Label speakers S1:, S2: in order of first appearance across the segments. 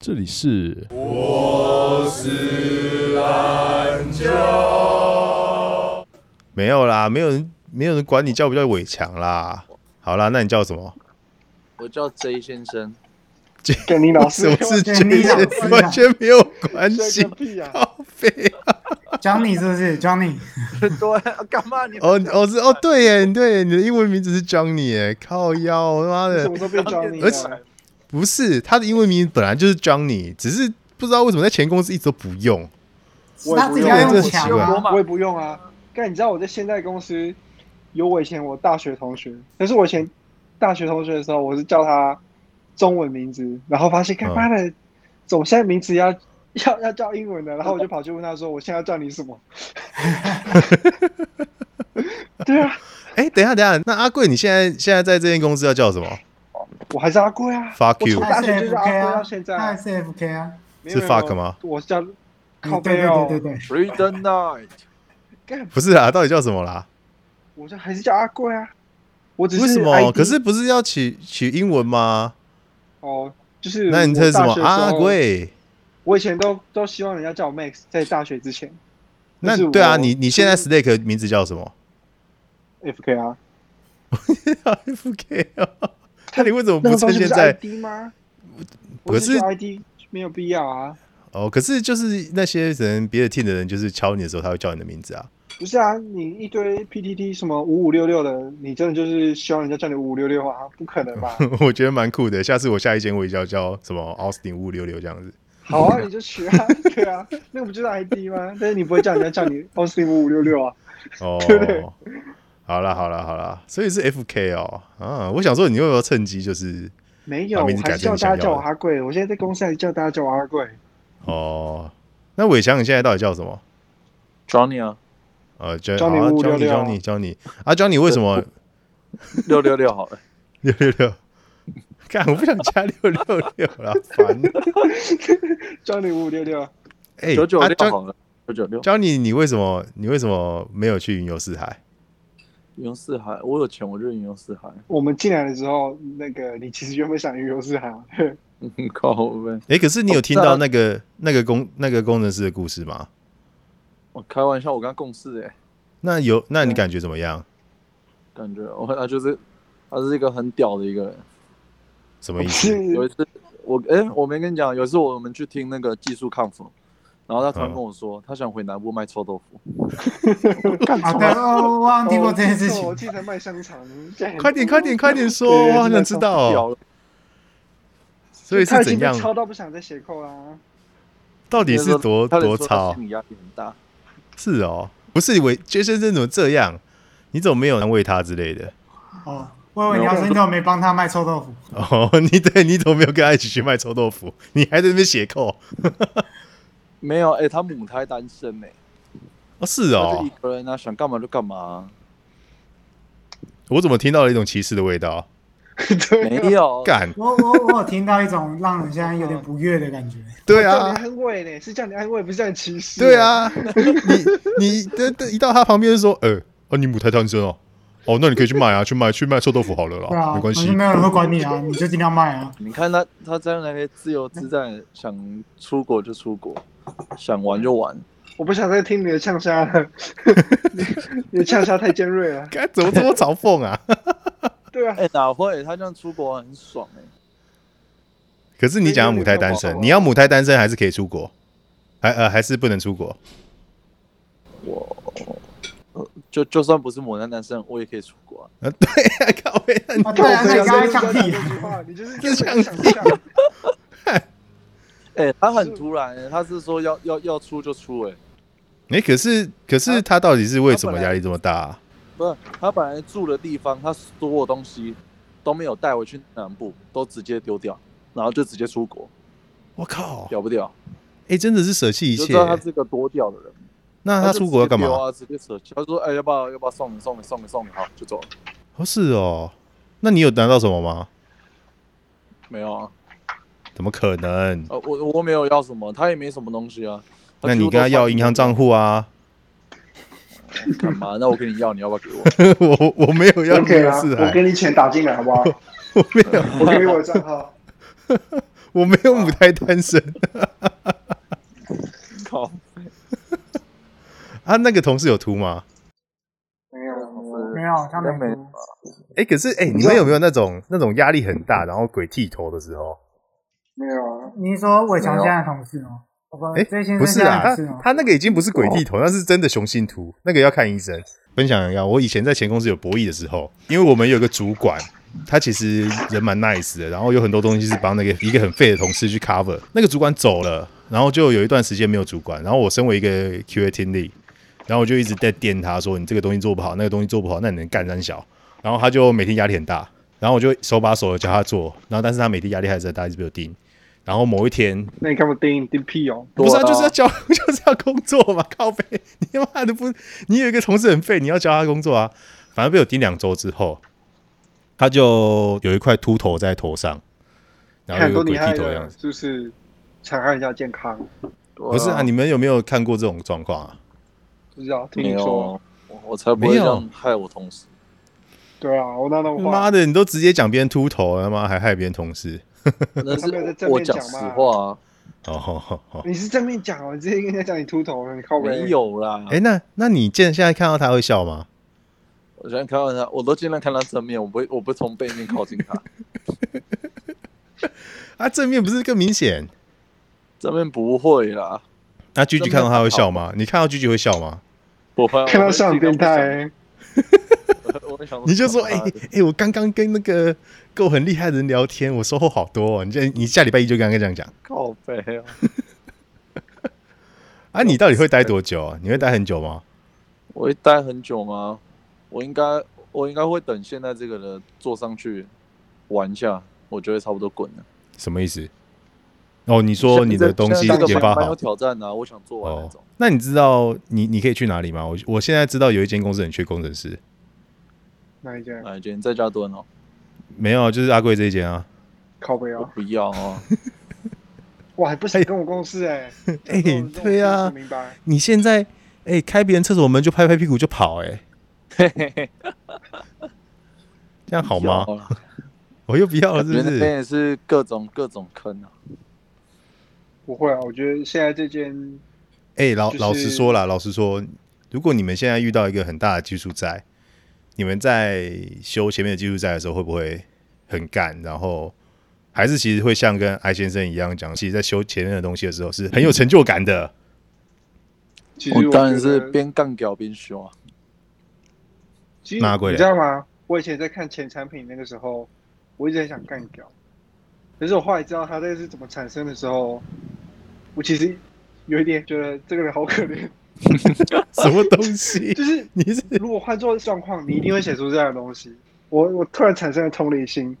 S1: 这里是
S2: 没有啦，没有人没有人管你叫不叫伟强啦。好啦，那你叫什 么？
S3: 我叫 J 先生，
S4: 跟你老
S2: 什
S4: 师
S2: 么是
S5: 跟你老师啊
S2: 完全没有关
S4: 这
S2: 系
S4: 个。屁啊！
S2: 靠背
S5: Johnny 是不是 Johnny？
S3: 对啊，干嘛你
S2: 哦哦是哦对耶对耶，你的英文名字是 Johnny 耶，靠腰他妈
S4: 你啊什
S2: 的
S4: 么时候变 Johnny？
S2: 而且
S4: 了
S2: 不是他的英文名本来就是 Johnny，只是不知道为什么在前公司一直都不用。
S4: 我也
S5: 他
S4: 不
S5: 自己
S4: 用
S5: 要
S2: 这
S5: 用
S2: 个
S5: 强
S2: 习惯
S5: 吗？
S4: 我也不用啊。但你知道我在现在公司有我以前我大学同学，可是我以前大学同学的时候，我是叫他中文名字，然后发现干妈的总现在名字要 要要叫英文的，然后我就跑去问他说：“我现在要叫你什么？”对啊，
S2: 哎，等一下等一下，那阿贵你现在现在在这间公司要叫什么
S4: 我还是阿贵啊。
S2: ？Fuck
S4: 我
S2: you！
S4: 从大学就是阿贵
S5: SFK 啊
S4: 到现在
S5: 他
S4: 啊，
S5: 是 FK 啊，
S4: 没有
S2: 是
S4: 没有
S2: fuck 吗？
S4: 我是叫靠
S5: 对
S4: 背哦
S5: 对，对对对，
S3: ？Free the night，
S4: 干
S2: 不是啦，啊到底叫什么啦？
S4: 我这还是叫阿贵啊。我只是
S2: 为什么？
S4: ID
S2: 可是不是要取取英文吗？
S4: 哦，就是
S2: 那你
S4: 我
S2: 这是什
S4: 大
S2: 么
S4: 学的时候
S2: 阿？贵？
S4: 我以前都都希望人家叫我 Max，在大学之前。
S2: 那
S4: 但是
S2: 对啊，
S4: 我
S2: 你你现在 Snake 名字叫什么
S4: FK 啊？
S2: ？FK 啊？ 那你为什么
S4: 那
S2: 不
S4: 个东
S2: 趁
S4: 西不
S2: 现
S4: 是
S2: 在？
S4: ID 吗？
S2: 可是
S4: 我只叫 ID 没有必要啊，
S2: 哦，可是就是那些人别的 team 的人，就是敲你的时候，他会叫你的名字啊。
S4: 不是啊，你一堆 PTT 什么五五六六的，你真的就是希望人家叫你五五六六啊？不可能 吧？
S2: 我觉得蛮酷的，下次我下一间我也要叫什么 Austin 五六六这样子。
S4: 好啊，你就取啊， 对啊，那个不就是 ID 吗？但是你不会叫人家叫你 Austin 五五六六啊？
S2: 哦
S4: 对，
S2: 好啦好啦好啦，所以是 FK 哦啊，我想说你有没有趁机就是
S4: 没有，
S2: 把
S4: 我
S2: 名字
S4: 还
S2: 啊改
S4: 是
S2: 成你想
S4: 叫大家
S2: 要的
S4: 叫我阿贵。我现在在公司还是叫大家叫我阿贵。
S2: 哦，那伟强你现在到底叫什么？
S3: Johnny 啊，
S2: 呃，教教
S4: Johnny
S2: 你教
S4: 566
S2: 你教你教你啊，教你为什么
S3: 六六六好了，
S2: 六六六？看我不想加六六六啦，烦。
S4: 叫你五五六六，
S2: 哎、
S3: 九九
S2: 啊
S3: 六
S2: 教
S3: 好了，九九六。
S2: 教你，你为什么你为什么没有去云游四海？
S3: 云游四海，我有钱我就云游四海。
S4: 我们进来的时候，那个你其实原本想鱼游啊四海，呵
S3: 嗯，靠呗，
S2: 哎、可是你有听
S3: 哦
S2: 到
S3: 是啊
S2: 那个、那个工那个工程师的故事吗？
S3: 我开玩笑，我跟他共事哎、
S2: 那有，那你
S3: 对
S2: 感觉怎么样？
S3: 感觉我他就是他是一个很屌的一个人。
S2: 什么意思？
S3: 有一
S4: 是
S3: 次我哎、我没跟你讲，有一次我们去听那个技术康复，然后他突然
S2: 嗯
S3: 跟我说，他想回南部卖臭豆腐。
S4: 干
S5: 好
S4: 什
S5: 的
S4: 么？
S5: 哦，我忘记过这件事
S4: 哦我
S5: 情。
S4: 记得卖香肠，这样
S2: 快点，快点，快点说！
S4: 对
S2: 我好想知
S3: 屌
S2: 道，哦
S3: 了，
S2: 所以
S4: 他
S2: 是
S4: 已
S2: 怎
S4: 经被
S2: 样？
S4: 抄到不想再写扣啊 啦。
S2: 到底是多
S3: 他
S2: 多
S3: 说
S2: 操
S3: 他？心理压力很大。
S2: 是哦，不是我杰先生怎么这样？你怎么没有安慰他之类的？
S5: 哦，我以为你要说你怎么没帮他卖臭豆腐？
S2: 哦，你对，你怎么没有跟他一起去卖臭豆腐？你还在那边写扣？
S3: 没有，哎、他母胎单身呢、
S2: 哦，是
S3: 他就
S2: 哦
S3: 一，个人啊，想干嘛就干嘛啊、
S2: 我怎么听到了一种歧视的味道？
S4: 对啊，
S3: 没有，
S2: 干，
S5: 我我我有听到一种让人现在有点不悦的感觉。
S2: 对
S4: 叫
S2: 啊
S4: 你，安慰呢，是叫你安慰，不是叫你歧视。
S2: 对，啊， 你你的的一到他旁边就说，呃，哦，你母胎单身哦，哦，那你可以去卖啊，去卖去卖臭豆腐 好了
S5: 对
S2: 啦，
S5: 啊，
S2: 没关
S5: 反正
S2: 系。
S5: 没有人会管你啊，你就尽量卖 啊。
S3: 你看他他在那边自由自在，想出国就出国，想玩就玩。
S4: 我不想再听你的呛虾了， 你你的呛虾太尖锐了。
S2: 该怎么这么嘲讽啊？
S4: 对啊
S3: 哎、，哪会？他这样出国很爽哎、
S2: 可是你讲要母胎单身，你要母胎单身还是可以出国？还呃还是不能出国？
S3: 我。呃就就算不是母胎单身，我也可以出国啊！
S2: 啊，对啊，靠背，那你
S5: 啊，对啊，那你刚才
S4: 讲
S5: 讲
S4: 这
S5: 屁
S4: 句
S5: 啊？
S4: 话，你就是
S2: 这
S4: 呛虾。
S3: 哎、他很突然、欸，他是说要要要出就出、欸，哎，
S2: 哎、可是可是他到底是为什么压力这么大、啊？
S3: 不是他本来住的地方，他所有东西都没有带回去南部，都直接丢掉，然后就直接出国，
S2: 我靠！
S3: 屌不屌？
S2: 哎、真的是舍弃一
S3: 你就
S2: 切
S3: 知。道他是个多屌的人。
S2: 那他
S3: 就
S2: 出国要干嘛
S3: 直接？丢啊，直接扯旗。他说：“哎、要不要要不要送你送你送你送你，好就走了。
S2: 哦，是哦。那你有拿到什么吗？”
S3: 没有啊，
S2: 怎么可能？
S3: 呃，我我没有要什么，他也没什么东西啊。
S2: 那你跟他要银行账
S3: 户
S2: 户啊？
S3: 干嘛？那我跟你要，你要不要给 我？
S2: 我我没 有要你
S4: OK 啊，
S2: 四
S4: 我
S2: 海，
S4: 给你钱打进来好不好？
S2: 我没有，
S4: 我给你我的账号。
S2: 我没有母胎单身
S3: 靠，
S2: 啊。那个同事有秃吗？
S4: 没有，啊
S5: 没有，他没
S3: 应该没
S5: 读。
S2: 哎、可是哎、你们有没有那种那种压力很大，然后鬼剃头的时候？
S4: 没有啊，
S5: 你是说伟强现在的同事吗？我不
S2: 哎、
S5: 这先
S2: 不
S5: 生
S2: 是
S5: 现在
S2: 啊，
S5: 的
S2: 他
S5: 同事吗？哦
S2: 他那个已经不是鬼剃头，那是真的雄性秃，那个要看医生。分享一下，我以前在前公司有博弈的时候，因为我们有个主管，他其实人蛮 nice 的，然后有很多东西是帮那个一个很废的同事去 cover。那个主管走了，然后就有一段时间没有主管，然后我身为一个 QA team lead，然后我就一直在电他说你这个东西做不好，那个东西做不好，那你能干三小？然后他就每天压力很大，然后我就手把手的教他做，然后但是他每天压力还是很大，一直被我盯。然后某一天，
S4: 那你干嘛盯盯屁哦？
S2: 不是、啊，
S3: 对
S2: 就是要教， 就是要工作嘛， 靠背，你他妈的不，你有一个同事很废，你要教他工作啊。反正被我盯两周之后，他就有一块秃头在头上，然后
S4: 看
S2: 有
S4: 多
S2: 一个
S4: 厉
S2: 鬼剃
S4: 害
S2: 头的样
S4: 的，
S2: 子。
S4: 是不是？残害一下健康，
S2: 不是啊，
S3: 对
S2: 你们有没有看过这种状况啊？
S4: 不知道听
S3: 没
S4: 你
S3: 有，
S4: 说，
S3: 我我才不会
S2: 没有
S3: 这样害我同 事。
S4: 对啊，我那种话
S2: 妈的，你都直接讲别人秃头，他妈还害别人同事。
S3: 但
S4: 他没有在
S3: 是
S4: 正
S3: 我
S4: 面讲
S3: 讲
S4: 嘛
S3: 实话啊，
S2: 哦吼吼吼，
S4: 你是正面讲哦，你直接跟人家讲你秃头了，你靠北
S3: 没，有啦。
S2: 哎、那那你见现在看到他会笑吗？
S3: 我现在看到他，我都尽量看他正面，我不会，我不会从背面靠近他。
S2: 啊，正面不是更明显？
S3: 正面不会啊啦，
S2: 那居居看到他会笑吗？你看到居居会笑吗？
S3: 啊我怕
S4: 看到像很变态、。欸，
S3: 我会想
S2: 你就说，哎、
S3: 妈
S2: 哎
S3: 的、
S2: 我刚刚跟那个够很厉害的人聊天，我收获好多、哦。你这你下礼拜一就跟他这样讲
S3: 靠背啊，
S2: 啊？
S3: 哦
S2: 你到底会待多久啊？你会待很久吗？
S3: 我会待很久吗？我应该，我应该会等现在这个人坐上去玩一下，我就会差不多滚了。
S2: 什么意思？哦，你说你的东西
S3: 现在这个
S2: 研发
S3: 蛮蛮
S2: 好
S3: 有挑战的、啊，我想做完那
S2: 哦
S3: 种。？
S2: 那你知道你你可以去哪里吗？我我现在知道有一间公司很缺工程师，
S4: 哪一件？
S3: 哎，觉得你在家蹲哦，
S2: 没有，就是阿贵这一间啊。
S4: 靠北
S3: 我
S4: 哦，
S3: 不要哦。
S4: 哇，还不行，跟我共事哎、欸，
S2: 哎
S4: 跟我跟我
S2: 对啊
S4: 共事明白？
S2: 你现在哎、开别人厕所门就拍拍屁股就跑、哎，
S3: 嘿嘿嘿
S2: 这 样好吗？
S3: 要啊
S2: 我又不要 了，
S3: 感觉
S2: 是不
S3: 那
S2: 是？
S3: 边也是各种各种坑啊。
S4: 不会啊，我觉得现在这件
S2: 哎、老、
S4: 就是
S2: 老实说啦，老实说，如果你们现在遇到一个很大的技术债，你们在修前面的技术债的时候，会不会很干？然后还是其实会像跟艾先生一样讲，其实在修前面的东西的时候是很有成就感的。
S4: 其实
S3: 我
S4: 我
S3: 当然
S4: 觉
S3: 是
S4: 得
S3: 边干掉边修啊。
S4: 其实
S2: 拿过来
S4: 你知道吗？我以前在看前产品那个时候，我一直很想干掉，可是我后来知道他这个是怎么产生的时候，我其实有一点觉得这个人好可怜。
S2: 什么东西
S4: 就？是
S2: 你是
S4: 如果换做状况，你一定会写出这样的东西。我我突然产生了同理心，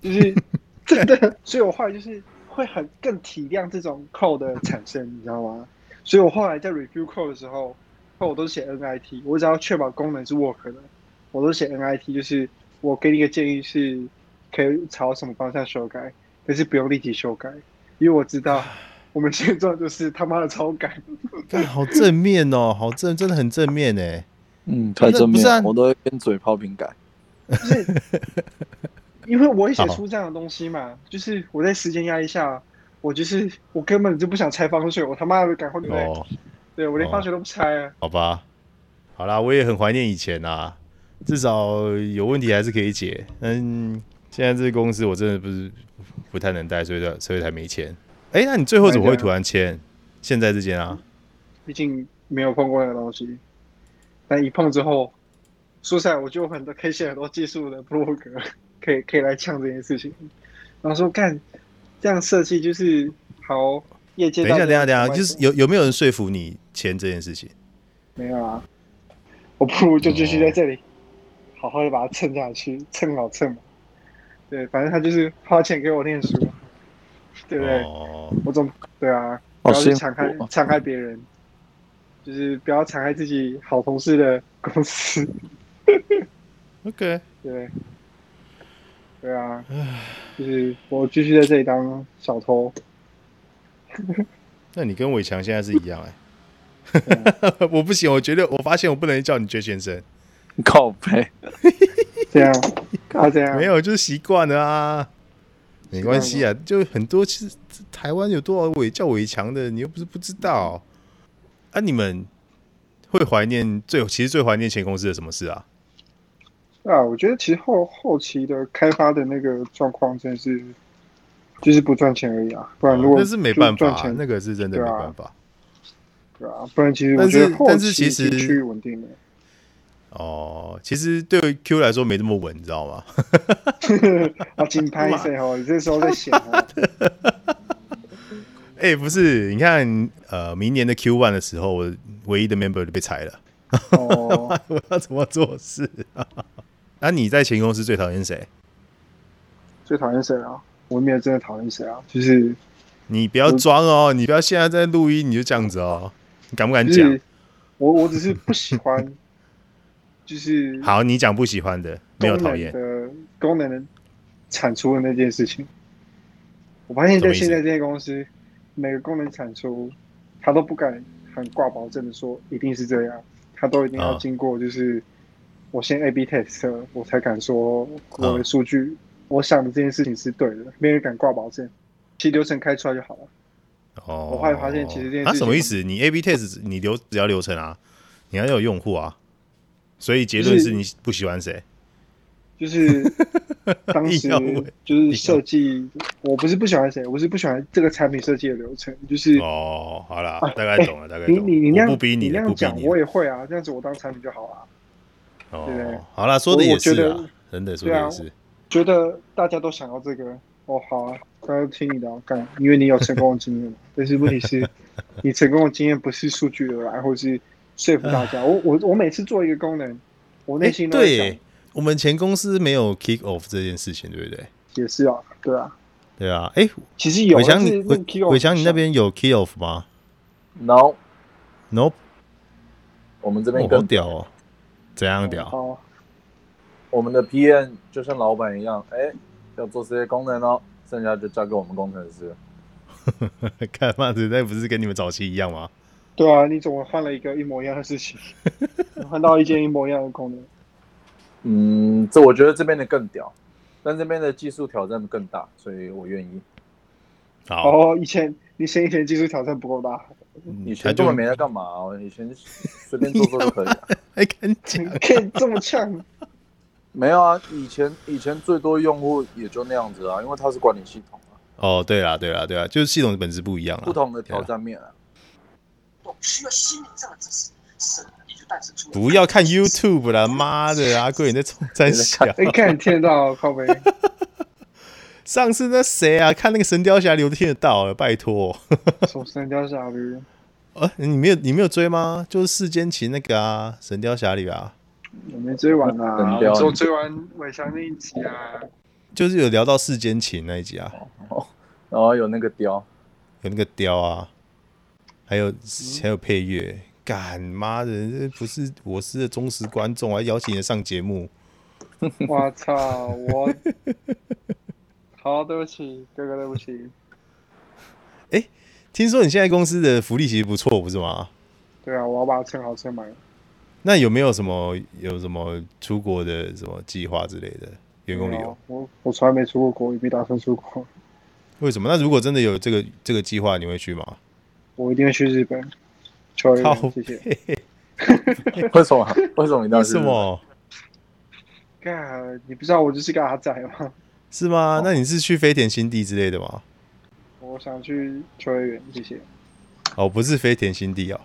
S4: 就是 真的，所以我后来就是会很更体谅这种 code 的产生，你知道吗？所以我后来在 review code 的时候，code 我都写 NIT，我只要确保功能是 work 的，我都写 NIT，就是我给你一个建议是可以朝什么方向修改，可是不用立即修改，因为我知道我们现状就是他妈的超改。
S2: 干好正面哦，好正，真的很正面哎。
S3: 嗯，太
S2: 那
S3: 正
S2: 不
S3: 面
S2: 是
S3: 了，
S2: 啊
S3: 我都会边嘴炮边改。
S4: 因为我也写
S2: 好
S4: 出这样的东西嘛，就是我在时间压力下，我就是我根本就不想拆放水，我他妈的赶快对不对？
S2: 哦，
S4: 对我连
S2: 哦
S4: 放水都不拆啊！
S2: 好吧，好啦，我也很怀念以前啊，至少有问题还是可以解。嗯，现在这个公司我真的不是不太能待，所以才所以才没签。哎、那你最后怎么会突然签？现在这间啊？
S4: 毕竟没有碰过那个东西，但一碰之后，说实在，我就有很多可以写很多技术的 blog，可 以可以来呛这件事情。然后说干，这样设计就是好，业界
S2: 等一下，
S4: 大
S2: 等一
S4: 家
S2: 下，等一下，
S4: 都
S2: 就是有有没有人说服你签这件事情？
S4: 没有啊？我不如就继续在这里，好好的把它撑下去，蹭好蹭嘛。对，反正他就是花钱给我念书嘛，对不对？
S2: 哦，
S4: 我总对啊，不
S3: 好
S4: 要
S3: 辛
S4: 去
S3: 苦
S4: 残害
S3: 啊
S4: 残害别人，就是不要残害自己好同事的公司，
S2: ，OK，
S4: 对。对啊，就是我继续在这里当小偷，
S2: 那你跟伟强现在是一样哎、 我不行，我觉得我发现我不能叫你薛先生，
S3: 靠背，
S4: 这样，他这样
S2: 没有，就是习惯了啊。没关系啊，就很多其实台湾有多少伟叫伟强的，你又不是不知道。啊，你们会怀念最其实最怀念前公司的什么事啊？
S4: 啊，我觉得其实后后期的开发的那个状况真的是，就是不赚钱而已啊，不然如果
S2: 那是没办
S4: 就
S2: 法
S4: 赚
S2: 啊，
S4: 钱
S2: 那个是真的没
S4: 对啊
S2: 办法。
S4: 对啊，不然其实我
S2: 但
S4: 觉
S2: 是
S4: 得后
S2: 但
S4: 期
S2: 是其实
S4: 地区稳定的，
S2: 哦，其实对 Q 来说没那么稳，你知道吗？
S4: 啊，竞拍谁哦，你这时候在想哦，
S2: 哎、不是，你看，呃，明年的 Q one 的时候，我唯一的 member 就被裁了，
S4: 哦，
S2: 我要怎么做事 啊？那、你在前公司最讨厌谁？
S4: 最讨厌谁啊？我也没有真的讨厌谁啊，就是
S2: 你不要装哦，你不要现在在录音你就这样子哦，你敢不敢
S4: 就
S2: 讲
S4: 是？我我只是不喜欢， 就是
S2: 好，你讲不喜欢的，没有
S4: 功能
S2: 讨厌，
S4: 的功能的产出的那件事情。我发现在现在这些公司，每个功能产出，他都不敢很挂保证的说一定是这样，他都一定要
S2: 啊
S4: 经过就是、我先 A/B test，了我才敢说我的数据、我想的这件事情是对的，没人敢挂保证。其实流程开出来就好了。
S2: 哦，
S4: 我后来发现其实这件事情
S2: 啊、什么意思？你 A/B test 你流只要流程啊，你还要有用户啊，所以结论
S4: 就是
S2: 是你不喜欢谁？
S4: 就是 当时
S2: 硬要问
S4: 就是设计，我不是不喜欢谁，我是不喜欢这个产品设计的流程，就是
S2: 哦，好啦，
S4: 啊
S2: 大概懂了，大概
S4: 你
S2: 懂了。
S4: 你你那
S2: 我
S4: 样
S2: 不逼
S4: 你那
S2: 了，不逼
S4: 样讲
S2: 你
S4: 我
S2: 了。
S4: 也会啊，这样子我当产品就好啊了、对不对
S2: 哦，好啦，说的
S4: 我
S2: 也
S4: 我觉
S2: 是
S4: 得
S2: 啊，真的说
S4: 对
S2: 的
S4: 啊
S2: 也是。
S4: 觉得大家都想要这个，哦，好啊，大家都听你的、啊，干，因为你有成功的经验嘛。但是问题 是，你成功的经验不是数据而来，或是说服大家。我我我每次做一个功能，我内
S2: 哎，
S4: 心都在
S2: 对
S4: 想，
S2: 耶，我们前公司没有 kick off 这件事情，对不对？
S4: 也是啊，对啊，
S2: 对啊，哎，
S4: 其实有，
S2: 伟翔
S4: 但
S2: 你
S4: 是啊那个 key
S2: 伟伟翔你那边有 kick off 吗
S3: 然后
S2: ？Nope，
S3: 我们这边
S2: 哦
S3: 更
S2: 好屌哦，怎样 屌？
S4: 哦，
S3: 我们的 PM 就像老板一样，哎、要做这些功能哦，剩下就交给我们工程师。
S2: 看妈的，那不是跟你们早期一样吗？
S4: 对啊，你总换了一个一模一样的事情，你换到一件一模一样的功能。
S3: 嗯，这我觉得这边的更屌，但这边的技术挑战更大，所以我愿意。
S2: 好，
S4: 哦，以前你前以前技术挑战不够大，
S2: 嗯
S3: 以
S2: 他
S3: 前
S2: 就
S3: 根本没在干嘛、我以前随便做做 就可以、啊。
S2: 还敢
S4: 你
S2: 讲，
S4: 可以这么呛。
S3: 没有啊，以前以前最多用户也就那样子啊，因为它是管理系统啊，
S2: 哦，对啦，对啦，对啦，就是系统的本质不一样
S3: 不
S2: 啦。
S3: 同的挑战面啊。
S1: 我需要心灵上的支持，神也就诞生出来。
S2: 不要看 YouTube 啦，妈的， 阿贵你在冲三小。
S4: 哎、看你听得到靠背，
S2: 上次那谁啊，看那个《神雕侠侣》都听得到了，拜托。
S4: 什么神雕侠侣？
S2: 呃、你没有你没有追吗？就是世间情那个啊，《神雕侠侣》啊，
S4: 我没追完啊，
S3: 很屌
S4: 我只有追完尾翔那一集啊。
S2: 就是有聊到世间情那一集啊，
S3: 然后有那个雕，
S2: 有那个雕啊，还有还有配乐。干妈的，这不是我是的忠实观众，我还邀请你上节目。
S4: 我操， 我好，对不起，哥哥，对不起。
S2: 听说你现在公司的福利其实不错，不是吗？
S4: 对啊，我要把称好车买了。
S2: 那有没有什么有什么出国的什么计划之类的员工旅
S4: 没
S2: 游
S4: 有？，我我从来没出过国，也没打算出国。
S2: 为什么？那如果真的有这个这个计划，你会去吗？
S4: 我一定会去日本。求一
S2: 靠
S4: 遍，谢谢。
S3: 为 什么？为什么一定要
S2: 为
S3: 是
S2: 什？么？
S4: 干，你不知道我就是个阿仔吗？
S2: 是吗？那你是去飞田新地之类的吗？
S4: 我想去秋叶原，谢谢。
S2: 哦，不是飞田新地哦。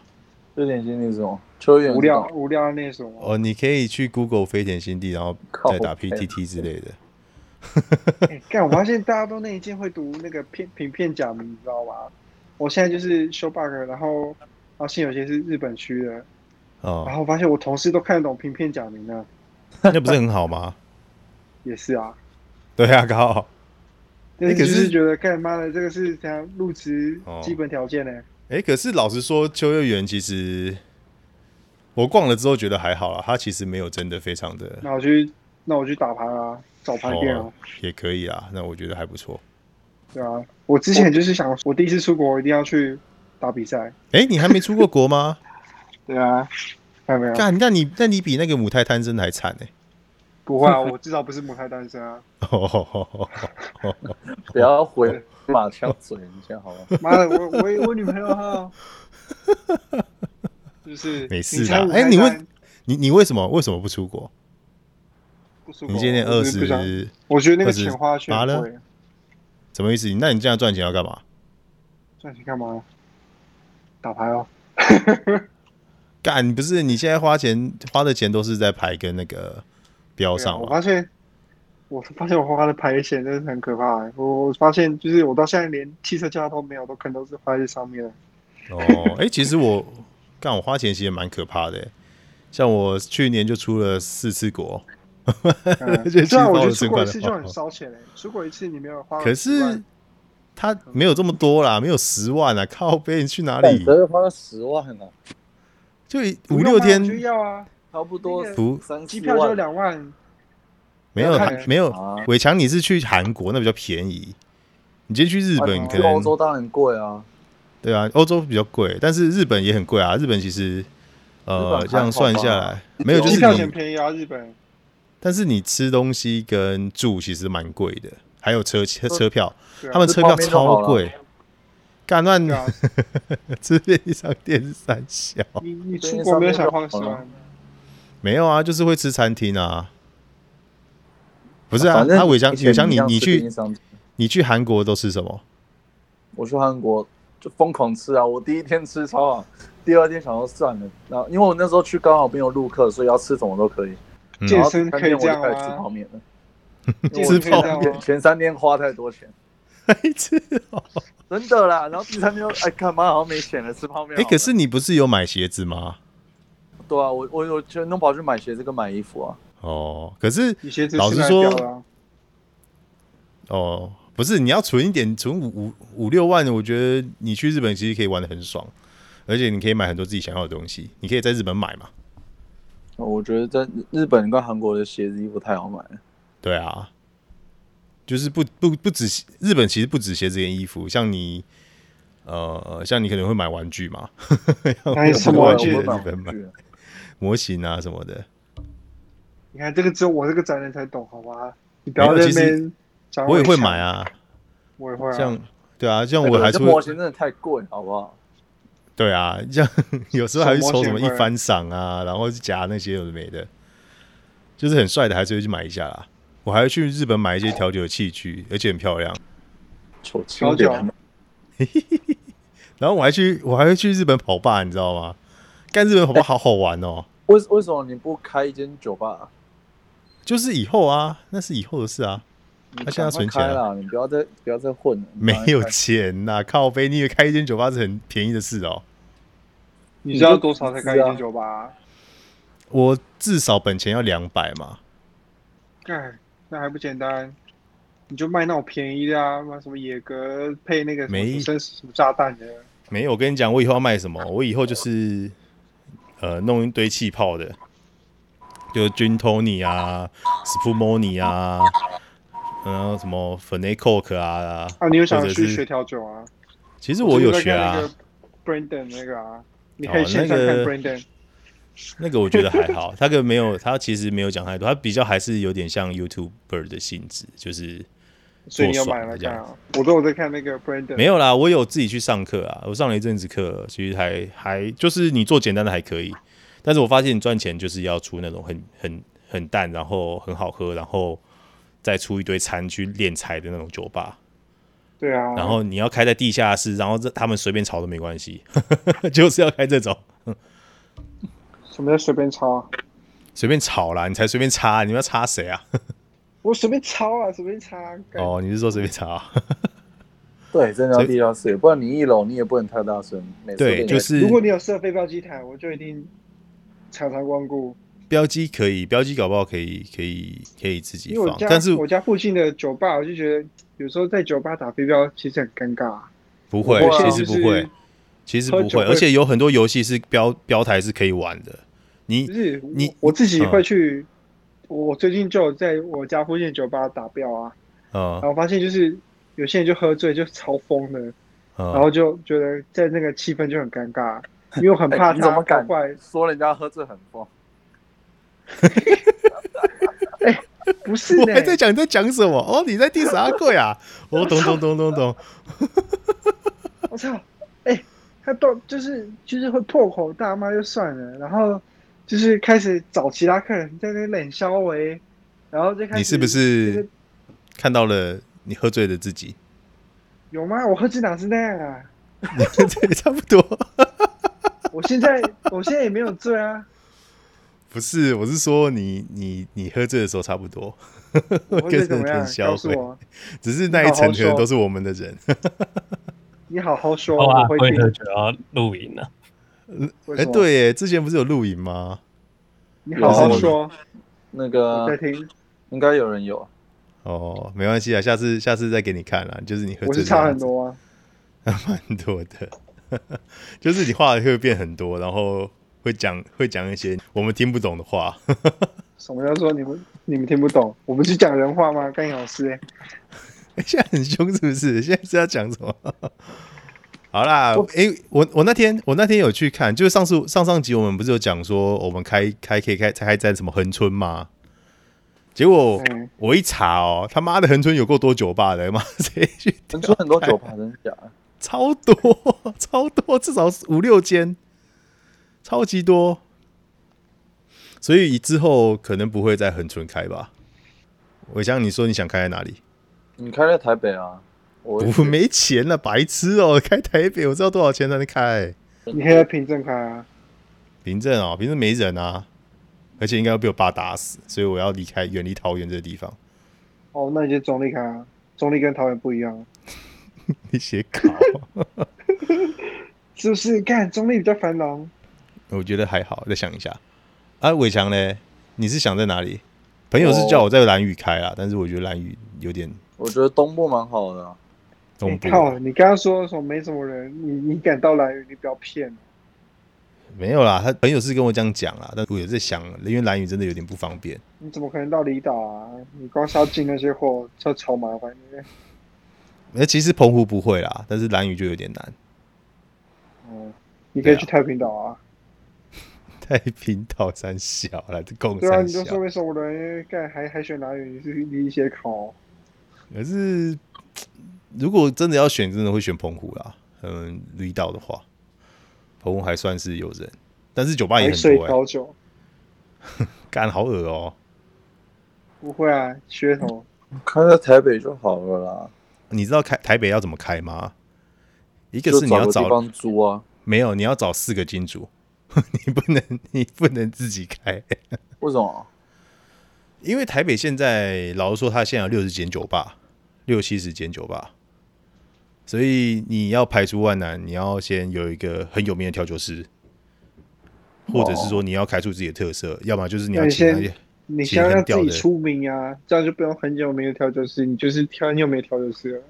S3: 这点经历是什么？秋远
S4: 无聊无聊的那什么？
S2: 哦，你可以去 Google 飞田新地，然后
S3: 靠
S2: 再打
S3: 北
S2: PTT 之类的。
S4: 哎 干、我发现大家都那一件会读那个片平片假名，你知道吗？我现在就是修 bug，然后发现有些是日本区的， 然
S2: 哦，
S4: 后发现我同事都看得懂平片假名呢，
S2: 那不是很好吗？
S4: 也是啊。
S2: 对啊，刚好。
S4: 但是
S2: 哎可
S4: 就是是觉得干妈的这个是怎样入职
S2: 哦
S4: 基本条件呢、
S2: 哎，可是老实说，秋叶原其实我逛了之后觉得还好啦，它其实没有真的非常的
S4: 那我去，那我去打牌啊，找牌店啊，
S2: 哦，也可以啊。那我觉得还不错。
S4: 对啊。我之前就是想，我第一次出国我一定要去打比赛，
S2: 哎，你还没出过国 吗？
S4: 对啊。看到没有？
S2: 干，那你那你比那个母胎单身还惨哎、
S4: 不会啊，我至少不是母胎单身啊！
S2: 哦，
S3: 不要回马枪嘴人家好吧？
S4: 妈的，我我有我女朋 友哈，就是
S2: 没事
S4: 你
S2: 啦
S4: 猜母
S2: 哎
S4: 胎
S2: 你问
S4: 单
S2: 你你为什么为什么不出国？
S4: 不出国
S2: 你今年
S4: 我
S2: 二
S4: 就是不想
S2: 十，
S4: 我觉得那个
S2: 20
S4: 钱花去
S2: 麻
S4: 很
S2: 了
S4: 贵，
S2: 什么意思？那你这样赚钱要干嘛？
S4: 赚钱干嘛？打牌哦，
S2: 干不是？你现在花钱花的钱都是在牌跟那个标
S4: 对啊
S2: 上
S4: 我
S2: 嘛？
S4: 发现，我发现我花的牌钱真的是很可怕、欸。我我发现就是我到现在连汽车驾照都没有，都可能都是花在这上面 了。
S2: 哦，哎、其实我干我花钱其实蛮可怕的、欸像我去年就出了四次国，
S4: 嗯
S2: 就
S4: 虽然我
S2: 气爆了
S4: 觉得出国一次
S2: 真
S4: 就
S2: 快
S4: 很烧钱嘞、出国一次你没有花，
S2: 可是他没有这么多啦，没有十万啊！靠背，你去哪里？
S3: 得花了十万啊呢，
S2: 就五六
S4: 就
S2: 天
S4: 要啊，
S3: 差不多
S4: 那个
S2: 不
S3: 三
S4: 机
S3: 四
S4: 票就
S3: 万。
S4: 两万，
S2: 没有
S4: 看
S2: 没有
S3: 啊。
S2: 伟强，你是去韩国那比较便宜，你今天去日
S3: 啊
S2: 本可
S3: 去欧
S2: 能
S3: 洲当然贵啊，
S2: 对啊，欧洲比较贵，但是日本也很贵啊。日本其实
S3: 日
S2: 呃
S3: 本
S2: 这样算下
S3: 还好
S2: 来没有，就
S4: 机
S2: 是
S4: 票钱
S2: 你哦
S4: 便宜啊，日本。
S2: 但是你吃东西跟住其实蛮贵的，还有车车车票，
S4: 对啊
S2: 他们车票
S3: 吃泡面就好
S2: 超
S3: 了
S2: 贵。干乱
S4: 对啊，
S2: 吃便利商店是三小，
S4: 你你出国没有想花十万，
S2: 没有啊，就是会吃餐厅啊。不是啊，
S3: 反正
S2: 啊伟强
S3: 以前
S2: 伟强，
S3: 一
S2: 你
S3: 样
S2: 你
S3: 吃便利
S2: 去
S3: 商店
S2: 你去韩国都吃什么？
S3: 我去韩国就疯狂吃啊！我第一天吃超好，第二天想说算了，然后因为我那时候去刚好没有陆客，所以要吃什么都可以。
S2: 嗯
S4: 健
S3: 然后
S4: 身
S3: 第三
S4: 可以
S3: 天我
S4: 这样啊
S3: 就开始吃泡
S4: 吗？
S3: 面 了。
S4: 健
S2: 吃
S4: 身可以
S2: 泡
S4: 这样
S3: 前
S4: 吗？
S3: 前三天花太多钱，
S2: 白痴哦！
S3: 真的啦。然后第三天又哎，干嘛好像没钱了，吃泡面好
S2: 哎、
S3: 了。
S2: 可是你不是有买鞋子吗？
S3: 对啊，我我有去弄跑去买鞋子跟买衣服啊。
S2: 哦，可是
S4: 你鞋子
S2: 老
S4: 是
S2: 实
S4: 卖
S2: 说
S4: 掉了啊，
S2: 哦，不是，你要存一点，存五五五六万，我觉得你去日本其实可以玩的很爽，而且你可以买很多自己想要的东西，你可以在日本买嘛。
S3: 我觉得在日本跟韩国的鞋子衣服太好买了。
S2: 对啊，就是不不不止日本其实不止鞋子跟衣服，像你呃，像你可能会买玩具嘛，
S4: 哎，什么
S2: 我
S4: 玩
S2: 也
S4: 具
S2: 觉
S3: 我
S2: 得？
S3: 买
S2: 日本
S3: 玩具啊
S2: 模型啊什么的。
S4: 你看这个只有我这个宅人才懂，好吗？你不
S2: 没
S4: 要
S2: 有
S4: 在
S2: 其
S4: 那
S2: 实
S4: 边讲
S2: 我也会买
S4: 强，
S2: 啊，
S4: 我也会啊。
S2: 像对啊，像
S3: 哎
S2: 我还
S3: 这
S2: 是
S3: 模
S2: 会
S3: 型真的太贵，好不好？
S2: 对啊，像 有时候还会抽什么
S4: 手模型
S2: 一
S4: 会
S2: 番赏啊，然后夹那些有的没的，就是很帅的，还是会去买一下啦。我还会去日本买一些调酒的器具，而且很漂亮。
S3: 求
S4: 调酒
S2: 然后我还去，我还会去日本跑吧，你知道吗？干日本跑吧好好玩哦，
S3: 为为什么你不开一间酒吧啊、
S2: 就是以后啊，那是以后的事啊，
S3: 你
S2: 他现在
S3: 赶快
S2: 存钱
S3: 开
S2: 了
S3: 啦，你不要再不要再混了。
S2: 没有
S3: 你赶快开
S2: 钱呐、靠背，你以为开一间酒吧是很便宜的事哦？
S4: 你知道多少才开
S2: 啊
S4: 一间酒吧？
S2: 我至少本钱要两百嘛，
S4: 干，那还不简单？你就卖那种便宜的啊，卖什么野格配那个什么
S2: 没
S4: 什么什么炸弹的，啊
S2: 没有，我跟你讲，我以后要卖什么？我以后就是呃，弄一堆气泡的，就 Gin Tony 啊 s p u m o n i 啊，然后什么 f e n e Coke 啊。
S4: 啊，你有想
S2: 或者
S4: 去
S2: 是
S4: 学调酒啊？
S2: 其实我有学
S4: 就
S2: 啊
S4: 是，在看那个 Brandon 那个啊，你可以
S2: 哦
S4: 线上
S2: 那
S4: 看
S2: 个
S4: Brandon，
S2: 那个我觉得还好。 他个没有，他其实没有讲太多，他比较还是有点像 YouTuber 的性质，就是
S4: 所以你有
S2: 做
S4: 买
S2: 爽
S4: 来
S2: 的这样
S4: 看啊？我都有在看那个 Brandon，
S2: 没有啦，我有自己去上课啊，我上了一阵子课，其实还还就是你做简单的还可以，但是我发现你赚钱就是要出那种很很很淡，然后很好喝，然后再出一堆餐去敛财的那种酒吧，
S4: 对啊，
S2: 然后你要开在地下室，然后这他们随便吵都没关系， 就是要开这种
S4: 什么叫随便抄啊？
S2: 随便吵啦，你才随便插，你们要插谁啊？
S4: 我随便抄啊，随便插啊。干
S2: 哦，你是说随便插、啊？
S3: 对，真的
S2: 所
S3: 要
S2: 以
S3: 地下室，不然你一楼你也不能太大声。每次
S2: 对，
S3: 都
S2: 就
S3: 得
S2: 是
S4: 如果你有设飞镖机台，我就一定常常光顾，
S2: 标记可以，标记搞不好可以可以可以自己
S4: 因为我
S2: 放，
S4: 家
S2: 但是
S4: 我家附近的酒吧，我就觉得有时候在酒吧打飞镖其实很尴尬啊、
S2: 不会
S3: 不会，
S2: 其
S3: 啊
S2: 实
S4: 就
S2: 不会
S4: 是。
S2: 其实
S4: 喝
S2: 不
S4: 酒
S2: 会，
S4: 会
S2: 而且有很多游戏是标标台是可以玩的。
S4: 就
S2: 你
S4: 是
S2: 你
S4: 我我自己
S2: 嗯
S4: 会去，我最近就有在我家附近的酒吧打标啊，
S2: 呃
S4: 然后发现就是有些人就喝醉就超疯的，然
S2: 呃
S4: 后就觉得在那个气氛就很 尴尬，因为我很怕
S3: 哎你怎
S4: 他
S3: 么
S4: 搞
S3: 敢
S4: 坏。
S3: 说人家喝醉很疯？
S4: 哎，不是
S2: 我
S4: 呢、
S2: 还在讲你在讲什么？哦，你在第啥贵 啊？我懂懂懂懂懂。
S4: 我操，哎、他到就是就是会破口大骂就算了，然后就是开始找其他客人在那边冷消维，然后就开始
S2: 你是不
S4: 就是是
S2: 看到了你喝醉的自己？
S4: 有吗？我喝醉哪是那样啊？
S2: 对，差不多。
S4: 我现在我现在也没有 醉啊，
S2: 不是，我是说你你你喝醉的时候差不多。
S4: 我喝醉
S2: 跟
S4: 怎
S2: 着
S4: 么样
S2: 田？消
S4: 告诉
S2: 费，
S4: 我，
S2: 只是那一层可能都是我们的人。
S4: 你好好说，
S6: 我
S4: 啊我
S6: 阿
S4: 会
S6: 贵
S4: 听
S6: 的就要露
S4: 啊
S6: 营了，
S4: 为
S2: 哎、
S4: 什么
S2: 对耶，之前不是有录影吗？
S4: 你好好
S3: 有啊
S4: 说，
S3: 那
S4: 我
S3: 个
S4: 在听，
S3: 应该有人有啊，
S2: 哦，没关系啊，下次下次再给你看啦。就是你喝
S4: 我
S2: 醉
S4: 是
S2: 的
S4: 差
S2: 样
S4: 很
S2: 子，
S4: 多啊。
S2: 蛮多的，就是你话会变很多，然后会讲会讲一些我们听不懂的话。
S4: 什么叫做你们你们听不懂？我不是讲人话吗？干老师、欸，
S2: 现在很凶是不是？现在是要讲什么？ 好啦
S4: 我，
S2: 诶、我我那天我那天有去看，就是上次上上集我们不是有讲说我们开开可以开开在什么恒春吗？结果
S4: 嗯
S2: 我一查哦，他妈的恒春有够多酒吧的， 妈谁去
S3: 能出很多酒吧，真假？
S2: 超多 超多，至少五六间，超级多。所以之后可能不会在恒春开吧？我想你说你想开在哪里？
S3: 你开在台北啊？我
S2: 我没钱了，白痴哦、 开台北，我知道多少钱才能开？
S4: 你可以在凭证开啊。
S2: 凭证哦，凭证没人啊，而且应该要被我爸打死，所以我要离开，远离桃园这个地方。
S4: 哦，那你就中立开啊。中立跟桃园不一样，啊
S2: 你写考，
S4: 是不是？干中立比较繁荣。
S2: 我觉得还好，再想一下。啊，伟强呢？你是想在哪里？朋友是叫我在蓝屿开啦，但是我觉得蓝屿有点
S3: 我觉得东部蛮好的啊、
S4: 你、
S2: 东部。
S4: 哎靠，你刚刚说什么没什么人，你你敢到蓝屿，你不要骗。
S2: 没有啦，他朋友是跟我这样讲啦，但我也在想，因为蓝屿真的有点不方便。
S4: 你怎么可能到离岛啊？你光是要进那些货，就超麻烦。因为
S2: 那其实澎湖不会啦，但是蓝屿就有点难。
S4: 哦，你可以
S2: 对啊
S4: 去太平岛啊。
S2: 太平岛山小啦，这共
S4: 对啊，
S2: 山
S4: 你都
S2: 小
S4: 说。没什么人，干还还选蓝屿，你是你写考。
S2: 可是如果真的要选，真的会选澎湖啦。嗯，离岛的话，澎湖还算是有人，但是酒吧也
S4: 还
S2: 很
S4: 睡
S2: 多哎、
S4: 高酒？
S2: 干好恶哦、
S4: 不会啊，噱头。
S3: 开在台北就好了啦。
S2: 你知道开台北要怎么开吗？一个
S3: 就是
S2: 你要
S3: 个地
S2: 找
S3: 方租啊。
S2: 没有，你要找四个金主， 你不能你不能自己开，
S3: 为什么？
S2: 因为台北现在老实说，它现在有六十间酒吧，六七十间酒吧，所以你要排除万难，你要先有一个很有名的调酒师，或者是说你要开出自己的特色，要么就是你要
S4: 那你
S2: 请
S4: 先
S2: 那些
S4: 你
S2: 请
S4: 想
S2: 很
S4: 让自
S2: 屌
S4: 己
S2: 的
S4: 出名啊，这样就不用很久没有调酒师，你就是挑很久没调酒师了，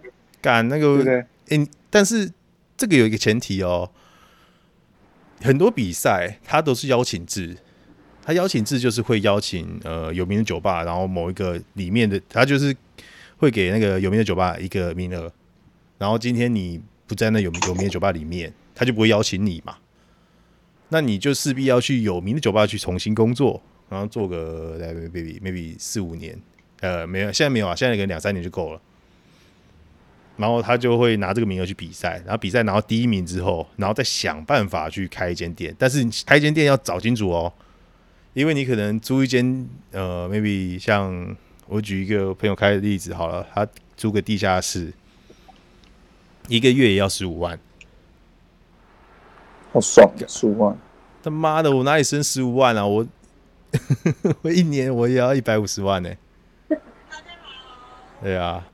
S2: 干那
S4: 对不
S2: 个
S4: 对？
S2: 诶，但是这个有一个前提哦，很多比赛它都是邀请制，它邀请制就是会邀请呃有名的酒吧，然后某一个里面的，它就是会给那个有名的酒吧一个名额，然后今天你不在那有有名的酒吧里面，他就不会邀请你嘛，那你就势必要去有名的酒吧去重新工作，然后做个呃 maybe maybe 四五年，呃，没有，现在没有啊，现在可能两三年就够了。然后他就会拿这个名额去比赛，然后比赛拿到第一名之后，然后再想办法去开一间店，但是你开一间店要找清楚哦，因为你可能租一间呃，maybe 像我举一个朋友开的例子好了，他租个地下室，一个月也要十五万，
S3: 好爽，十五万。
S2: 他妈的，我哪里生十五万啊？我 我一年我也要一百五十万呢、对啊，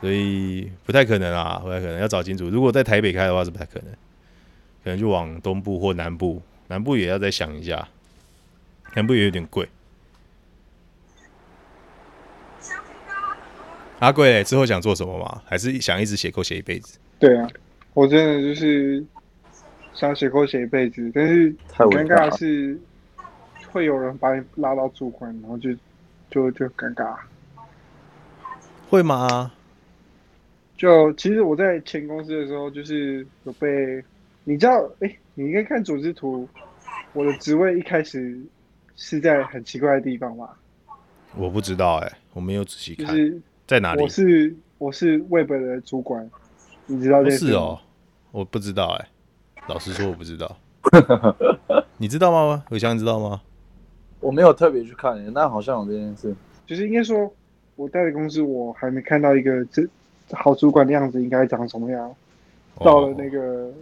S2: 所以不太可能啊，不太可能，要找清楚。如果在台北开的话是不太可能，可能就往东部或南部，南部也要再想一下，南部也有点贵。阿贵嘞，之后想做什么吗？还是想一直写扣写一辈子？
S4: 对啊，我真的就是想写扣写一辈子，但是
S3: 太
S4: 很
S3: 伟
S4: 尴
S3: 大
S4: 尬
S3: 了
S4: 的是，会有人把你拉到主管，然后就就就尴尬。
S2: 会吗？
S4: 就其实我在前公司的时候，就是有被，你知道，哎、你应该看组织图，我的职位一开始是在很奇怪的地方吧？
S2: 我不知道哎、我没有仔细
S4: 就
S2: 看
S4: 是
S2: 在哪里
S4: 我。是我是 Web 的主管，你知道
S2: 不
S4: 这件事
S2: 是
S4: 吗
S2: 哦，，我不知道哎、老实说我不知 道。你知道吗？伟翔，你知道吗？
S3: 我没有特别去看、那好像有这件事。
S4: 就是应该说，我待的公司我还没看到一个这好主管的样子应该长什么样。到了那个，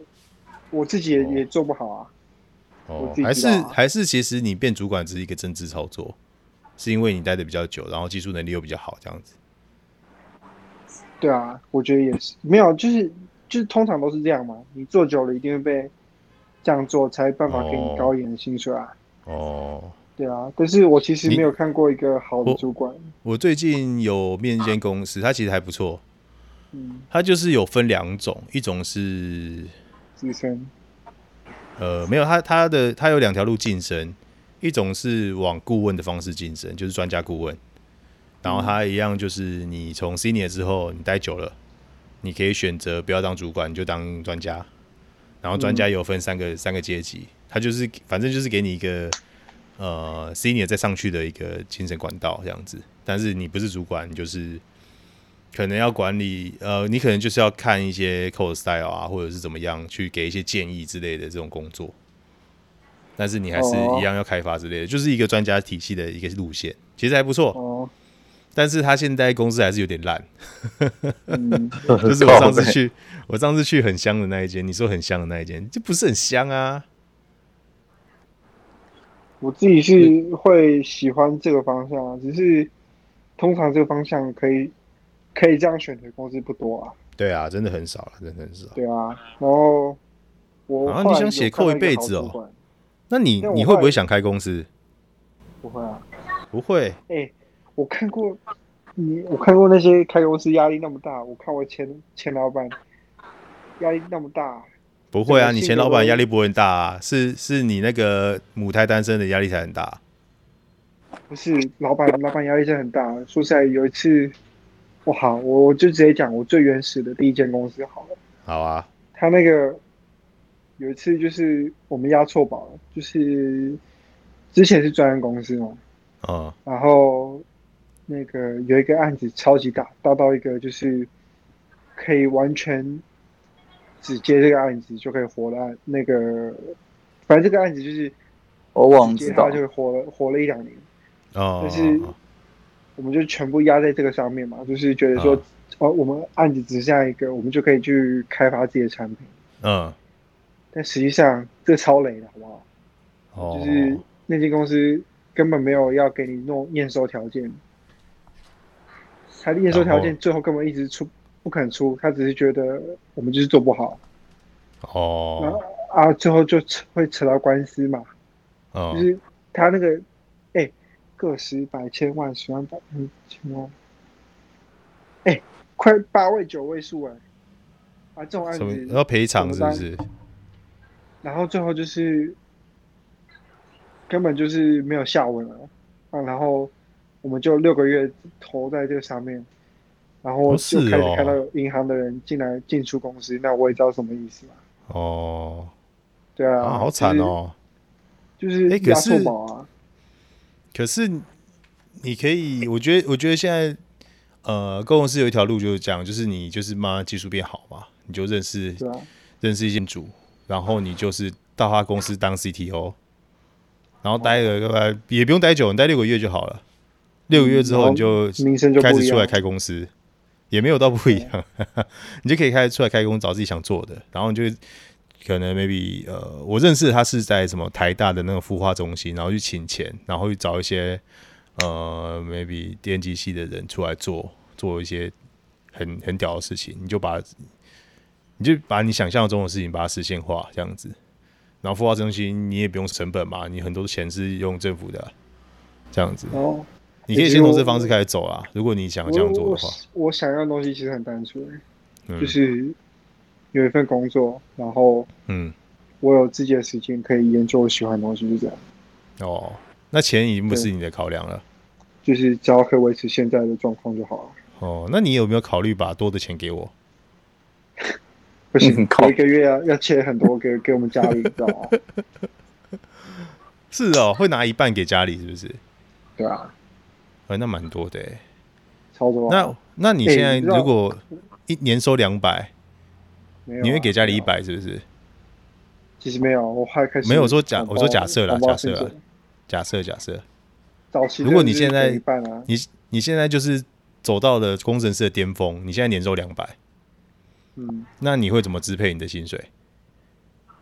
S4: 我自己也、
S2: 哦
S4: 也做不好啊。我
S2: 哦
S4: 自，己
S2: 还
S4: 知
S2: 是
S4: 道啊
S2: 还是，其实你变主管只是一个政治操作，是因为你待的比较久，然后技术能力又比较好，这样子。
S4: 对啊，我觉得也是没有，就是就是通常都是这样嘛。你做久了一定会被这样做，才办法给
S2: 哦
S4: 你高一点的薪水啊。
S2: 哦，
S4: 对啊，但是我其实
S2: 你
S4: 没有看过一个好的
S2: 我
S4: 主管。
S2: 我最近有面一间公司，它其实还不错，
S4: 嗯，
S2: 它就是有分两种，一种是
S4: 资深
S2: 呃，没有，他他的他有两条路晋升，一种是往顾问的方式晋升，就是专家顾问，然后他一样就是你从 senior 之后，你待久了，你可以选择不要当主管，你就当专家，然后专家有分三个、三个阶级，他就是反正就是给你一个呃 senior 再上去的一个精神管道这样子，但是你不是主管，你就是。可能要管理，呃，你可能就是要看一些 code style 啊，或者是怎么样去给一些建议之类的这种工作，但是你还是
S4: 哦
S2: 一样要开发之类的，就是一个专家体系的一个路线，其实还不错。
S4: 哦，
S2: 但是他现在公司还是有点 烂，
S4: 嗯，
S2: 就是我上次去，我上次去很香的那一间，你说很香的那一间，就不是很香啊。
S4: 我自己是会喜欢这个方向啊，只是通常这个方向可以可以这样选择公司不多啊。
S2: 对啊，真的很少了，真的很少。
S4: 对啊，然后我
S2: 啊
S4: 后来
S2: 你想
S4: 有
S2: 写
S4: 看
S2: 扣
S4: 到
S2: 一辈
S4: 个好
S2: 子哦
S4: 主管？
S2: 那你
S4: 那我
S2: 你会不会想开公司？
S4: 不会啊，
S2: 不会，
S4: 哎、我看过你，我看过那些开公司压力那么大，我看我前前老板压力那么大，
S2: 不会啊！
S4: 对
S2: 你
S4: 性
S2: 前
S4: 格
S2: 老板
S4: 都
S2: 压力不会很大啊，是是你那个母胎单身的压力才很大啊。
S4: 不是老板，老板压力真的很大。说实在，有一次，我好，我我就直接讲我最原始的第一间公司好了。
S2: 好啊，
S4: 他那个有一次就是我们押错宝了，就是之前是专案公司嘛，
S2: 嗯，
S4: 然后那个有一个案子超级大，大到一个就是可以完全只接这个案子就可以活了案。那个反正这个案子就是
S3: 我忘
S4: 只
S3: 知
S4: 接
S3: 道啊
S4: 他，就活了活了一两年，
S2: 哦
S4: 但是我们就全部压在这个上面嘛，就是觉得说
S3: 啊
S2: 嗯
S4: 哦，我们案子只剩下一个，我们就可以去开发自己的产品。
S2: 嗯，
S4: 但实际上这超累的，好不好？
S2: 哦，
S4: 就是那间公司根本没有要给你弄验收条件，他的验收条
S2: 然
S4: 件最后根本一直出不肯出，他只是觉得我们就是做不好，然后
S2: 哦，
S4: 啊，最后就扯会扯到官司嘛，就
S2: 嗯，
S4: 是他那个哎、个十百千万十万百嗯千万，哎、快八位九位数哎、啊这种案
S2: 什么呃
S4: 子
S2: 要赔偿是不是？
S4: 然后最后就是根本就是没有下文了啊！然后我们就六个月投在这个上面，然后
S2: 哦
S4: 就是开始
S2: 哦
S4: 看到有银行的人进来进出公司，那我也知道什么意思嘛。
S2: 哦，
S4: 对啊，
S2: 啊，好惨哦！
S4: 就是，
S2: 哎
S4: 就是
S2: 可
S4: 压
S2: 是
S4: 错宝啊，
S2: 可是你可以，我觉得，我觉得现在呃，公司有一条路就是这样，就是你就是慢慢技术变好嘛，你就认识
S4: 对啊，
S2: 认识一些主，然后你就是到他公司当 CTO，然后待了呃也不用待久，你待六个月就好了。六个月之后你就
S4: 嗯名声就
S2: 开
S4: 不一
S2: 始出来
S4: 样。
S2: 开公司，也没有到不一样， 你就可以开始出来开工，找自己想做的，然后你就可能 maybe 呃，我认识他是在什么台大的那个孵化中心，然后去请钱，然后去找一些呃 maybe 电机系的人出来做做一些很很屌的事情，你就把你就把你想象中的事情把它实现化这样子。然后孵化中心你也不用成本嘛，你很多钱是用政府的，这样子。
S4: 然后
S2: 你可以先从这方式开始走啦。如果你想要
S4: 我
S2: 哦这样做
S4: 我
S2: 的话，
S4: 我想要的东西其实很单纯，
S2: 嗯
S4: 哦就是有一份工作，然后
S2: 嗯
S4: 我有自己的时间可以研究我喜欢的东西，就这样。
S2: 哦，那钱已经不是你的考量了
S4: 就是只要可以维持现在的状况就好了。
S2: 哦。那你有没有考虑把多的钱给我？
S4: 不行
S3: 嗯，靠
S4: 我一个月要要切很多给给我们家里，你知道 吗？
S2: 是哦，会拿一半给家里是不是？
S4: 对啊，
S2: 呃，那蛮多的欸、
S4: 超多啊。
S2: 那那你
S4: 欸
S2: 现在
S4: 你知道
S2: 如果一年收两百，
S4: 没有啊
S2: 你会给家里一？
S4: 没有啊
S2: 百是不是？
S4: 其实没有，我还开始
S2: 没有我说假我说假设啦
S4: 了，红包
S2: 假设啦
S4: 薪水
S2: 假设假设，
S4: 早期
S2: 如果
S4: 真
S2: 你
S4: 的是
S2: 现在
S4: 给一半啊，
S2: 你你现在就是走到了工程师的巅峰，你现在年收两百，
S4: 嗯，
S2: 那你会怎么支配你的薪 水？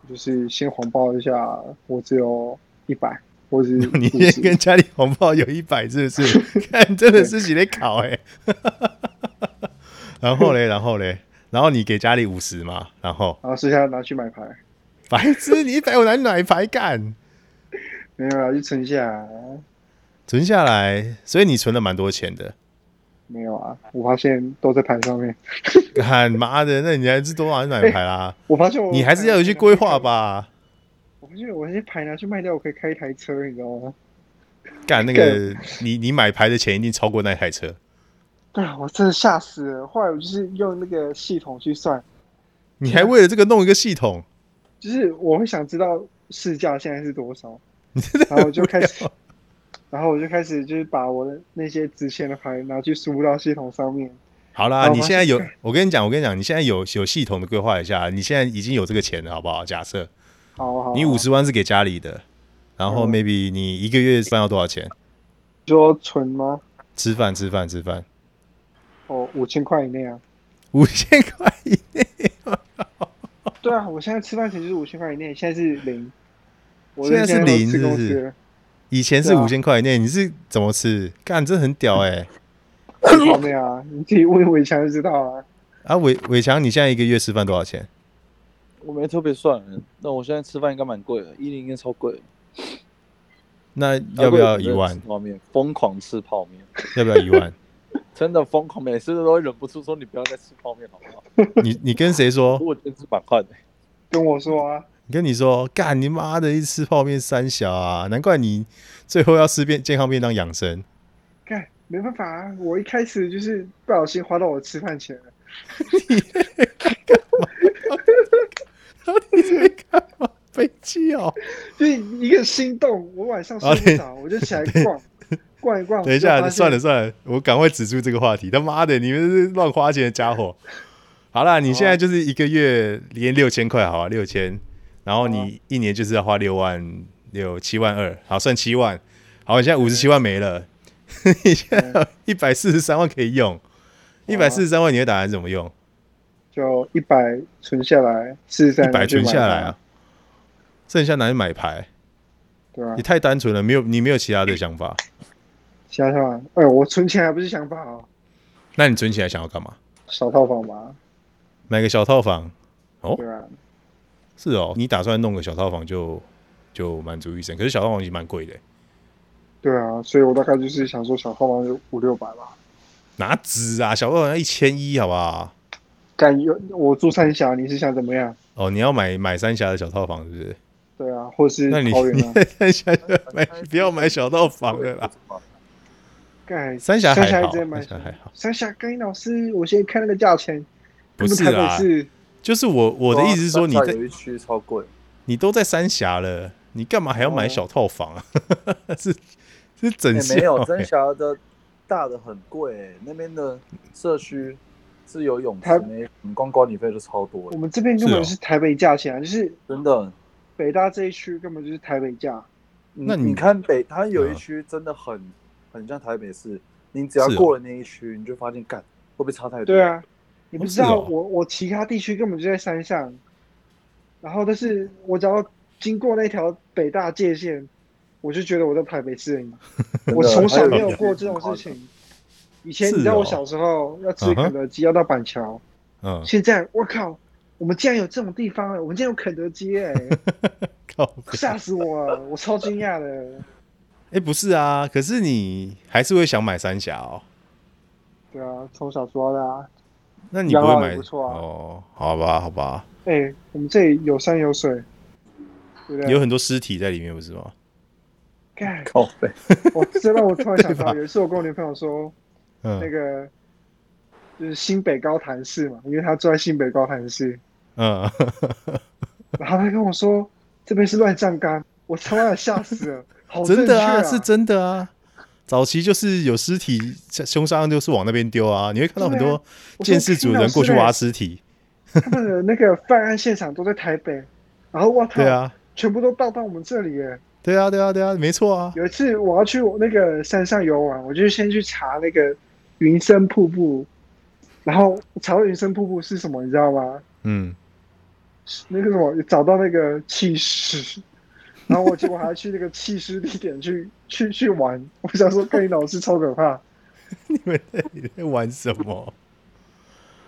S4: 就是先谎报一下，我只有一百，或者是
S2: 你
S4: 50
S2: 先跟家里红包有一百是不是？ 看真的是几在考哎、欸， 然后嘞，然后嘞，然后你给家里五十嘛，然后
S4: 然后剩下拿去买牌，
S2: 白痴，你一百我拿奶牌干，
S4: 没有啊，就存下来啊，
S2: 存下来，所以你存了蛮多钱的。
S4: 没有啊，我发现都在牌上面，
S2: 干妈的，那你还是多拿奶牌啦，
S4: 我发现我
S2: 你还是要有去规划？吧。
S4: 我发现我那些牌拿去卖掉，我可以开一台车，你知道吗？
S2: 干那个，你你买牌的钱一定超过那台车，
S4: 对啊，我真的吓死了。后来我就是用那个系统去算，
S2: 你
S4: 嗯
S2: 还为了这个弄一个系统，
S4: 就是我会想知道市价现在是多 少，然后我就开始，
S2: 哦
S4: 然后我就开始就是把我的那些值钱的牌拿去输入到系统上面。
S2: 好啦，
S4: 好吧
S2: 你现在有，我跟你讲，我跟你讲，你现在有有系统的规划一下，你现在已经有这个钱了，好不好？假设
S4: 好啊好好，
S2: 你五十万是给家里的，然后
S4: 哦嗯
S2: maybe 你一个月饭要多少钱？
S4: 你说存吗？
S2: 吃饭，吃饭，吃饭，
S4: 哦，五千块以内啊。
S2: 五千块以内。
S4: 对啊，我现在吃饭钱就是五千块以内，现在是零。我
S2: 现在是零
S4: 吃
S2: 是
S4: 公
S2: 不是
S4: 司了
S2: 以前是
S4: 对啊
S2: 五千块以内，你是怎么吃？干，这很屌哎、
S4: 好没有啊，你自己问伟强就知道啊。
S2: 啊，伟伟强，你现在一个月吃饭多少钱？
S3: 我没特别算，那我现在吃饭应该蛮贵的，一零应该超贵的，
S2: 那要不要一
S3: 吃
S2: 万？
S3: 泡面，疯狂吃泡面，
S2: 要不要一万？
S3: 真的疯狂，每次都会忍不住说你不要再吃泡面好不好？
S2: 你你跟谁说？
S3: 我觉得是蛮快的，
S4: 跟我说啊，
S2: 你跟你说，干你妈的，一吃泡面三小啊，难怪你最后要吃便健康便当养生。
S4: 看没办法啊，我一开始就是不小心花到我吃饭钱了。
S2: 到底在干嘛？飞机哦！
S4: 就是一个心动，我晚上睡不着，我就起来逛逛一逛。
S2: 等一下，算了
S4: 了，
S2: 算了，我赶快止住这个话题。他妈的，你们是乱花钱的家伙！好啦，你现在就是一个月连六千块，好啊，六千，然后你一年就是要花六万六七万二，好，算七万。好，你现在五十七万没了， 你现在一百四十三万可以用，一百四十三万你会打算怎么用？
S4: 就一百存下来，四十三
S2: 一百存下来啊，，剩下拿去买牌。
S4: 对吧、
S2: 你太单纯了，没有你没有其他的想 法。
S4: 想想啊，哎，我存钱还不是想法啊，
S2: 那你存起来想要干嘛？
S4: 小套房嘛，
S2: 买个小套房？哦
S4: 对吧、啊？
S2: 是哦，你打算弄个小套房就就满足一生，可是小套房也蛮贵的欸，
S4: 对啊，所以我大概就是想说，小套房就五六百吧。
S2: 哪止啊？小套房要一千一，好不好？
S4: 敢有我住三峡，你是想怎么样？
S2: 哦，你要买买三峡的小套房是不是？
S4: 对啊，或是
S2: 那你
S4: 桃园
S2: 你
S4: 啊？
S2: 在三峡就买，不要买小套房了啦。
S4: 干
S2: 三峡还
S4: 三峡
S2: 好
S4: 一直在买
S2: 三峡还好
S4: 三峡干老师，我现在看那个价钱，
S2: 不是啊
S4: 根本
S2: 啦
S4: 台北市
S2: 就是我我的意思是说，你
S3: 在
S2: 在
S3: 有一区超贵，
S2: 你都在三峡了，你干嘛还要
S4: 哦
S2: 买小套房啊？ 是是整
S3: 也
S4: 哎
S2: 笑、
S3: 哎没有真
S2: 欸
S3: 峡的大的很贵、欸那边的社区是有泳池
S4: 它，
S3: 没你光管理费就超多
S4: 我
S3: 了，
S4: 们这边根本
S2: 是哦
S4: 是台北价钱啊，就是
S3: 真的。
S4: 北大这一区根本就是台北价，
S2: 那
S3: 你
S2: 你
S3: 看北，它有一
S2: 嗯
S3: 区真的很、很像台北市，你只要
S2: 是哦
S3: 过了那一区，你就发现干会不会差太多？
S4: 对，啊，你不知
S2: 哦
S4: 道
S2: 是哦
S4: 我我其他地区根本就在山上，然后但是
S2: 嗯
S4: 我只要经过那条北大界限，我就觉得我在台北市了嘛。
S3: 真的
S4: 我从小
S2: 还
S4: 没
S2: 有
S4: 有过这种事。情。以前
S2: 是
S4: 你知道
S2: 哦
S4: 我小时候要吃
S2: 嗯哼
S4: 肯德基要到板桥，
S2: 嗯，
S4: 现在我靠，我们竟然有这种地方了，我们竟然有肯德基哎、
S2: 靠北！
S4: 吓死我了，我超惊讶的。
S2: 哎、不是啊，可是你还是会想买三峡哦。
S4: 对啊，从小说到大，
S2: 那你不会
S4: 养老
S2: 买
S4: 也不错啊
S2: 哦？好吧，好吧，
S4: 哎、我们这里有山有水，对不对？
S2: 有很多尸体在里面，不是吗？
S4: 干
S3: 靠北，
S4: 我这让我突然想
S2: 对吧
S4: 到，有一次我跟我女朋友说，
S2: 嗯，
S4: 那个就是新北高潭市嘛，因为她住在新北高潭市，
S2: 嗯，
S4: 然后她跟我说哦这边是乱葬岗，我他妈的吓死了，好
S2: 真
S4: 正确
S2: 的啊，
S4: 啊，
S2: 是真的啊，早期就是有尸体凶杀案就是往那边丢啊，你会看到很
S4: 对啊
S2: 多
S4: 我
S2: 见事主人过去挖尸体。
S4: 他们的那个犯案现场都在台北，然后我靠，
S2: 对啊，
S4: 全部都倒到我们这里耶。
S2: 对啊，对啊，对啊，没错啊。
S4: 有一次我要去我那个山上游玩，我就先去查那个云深瀑布，然后查到云深瀑布是什么，你知道吗？
S2: 嗯，
S4: 那个什么，找到那个弃尸，然后我结果还去那个弃尸地点去去去玩，我想说跟你老师超可怕，
S2: 你们在你在玩什么？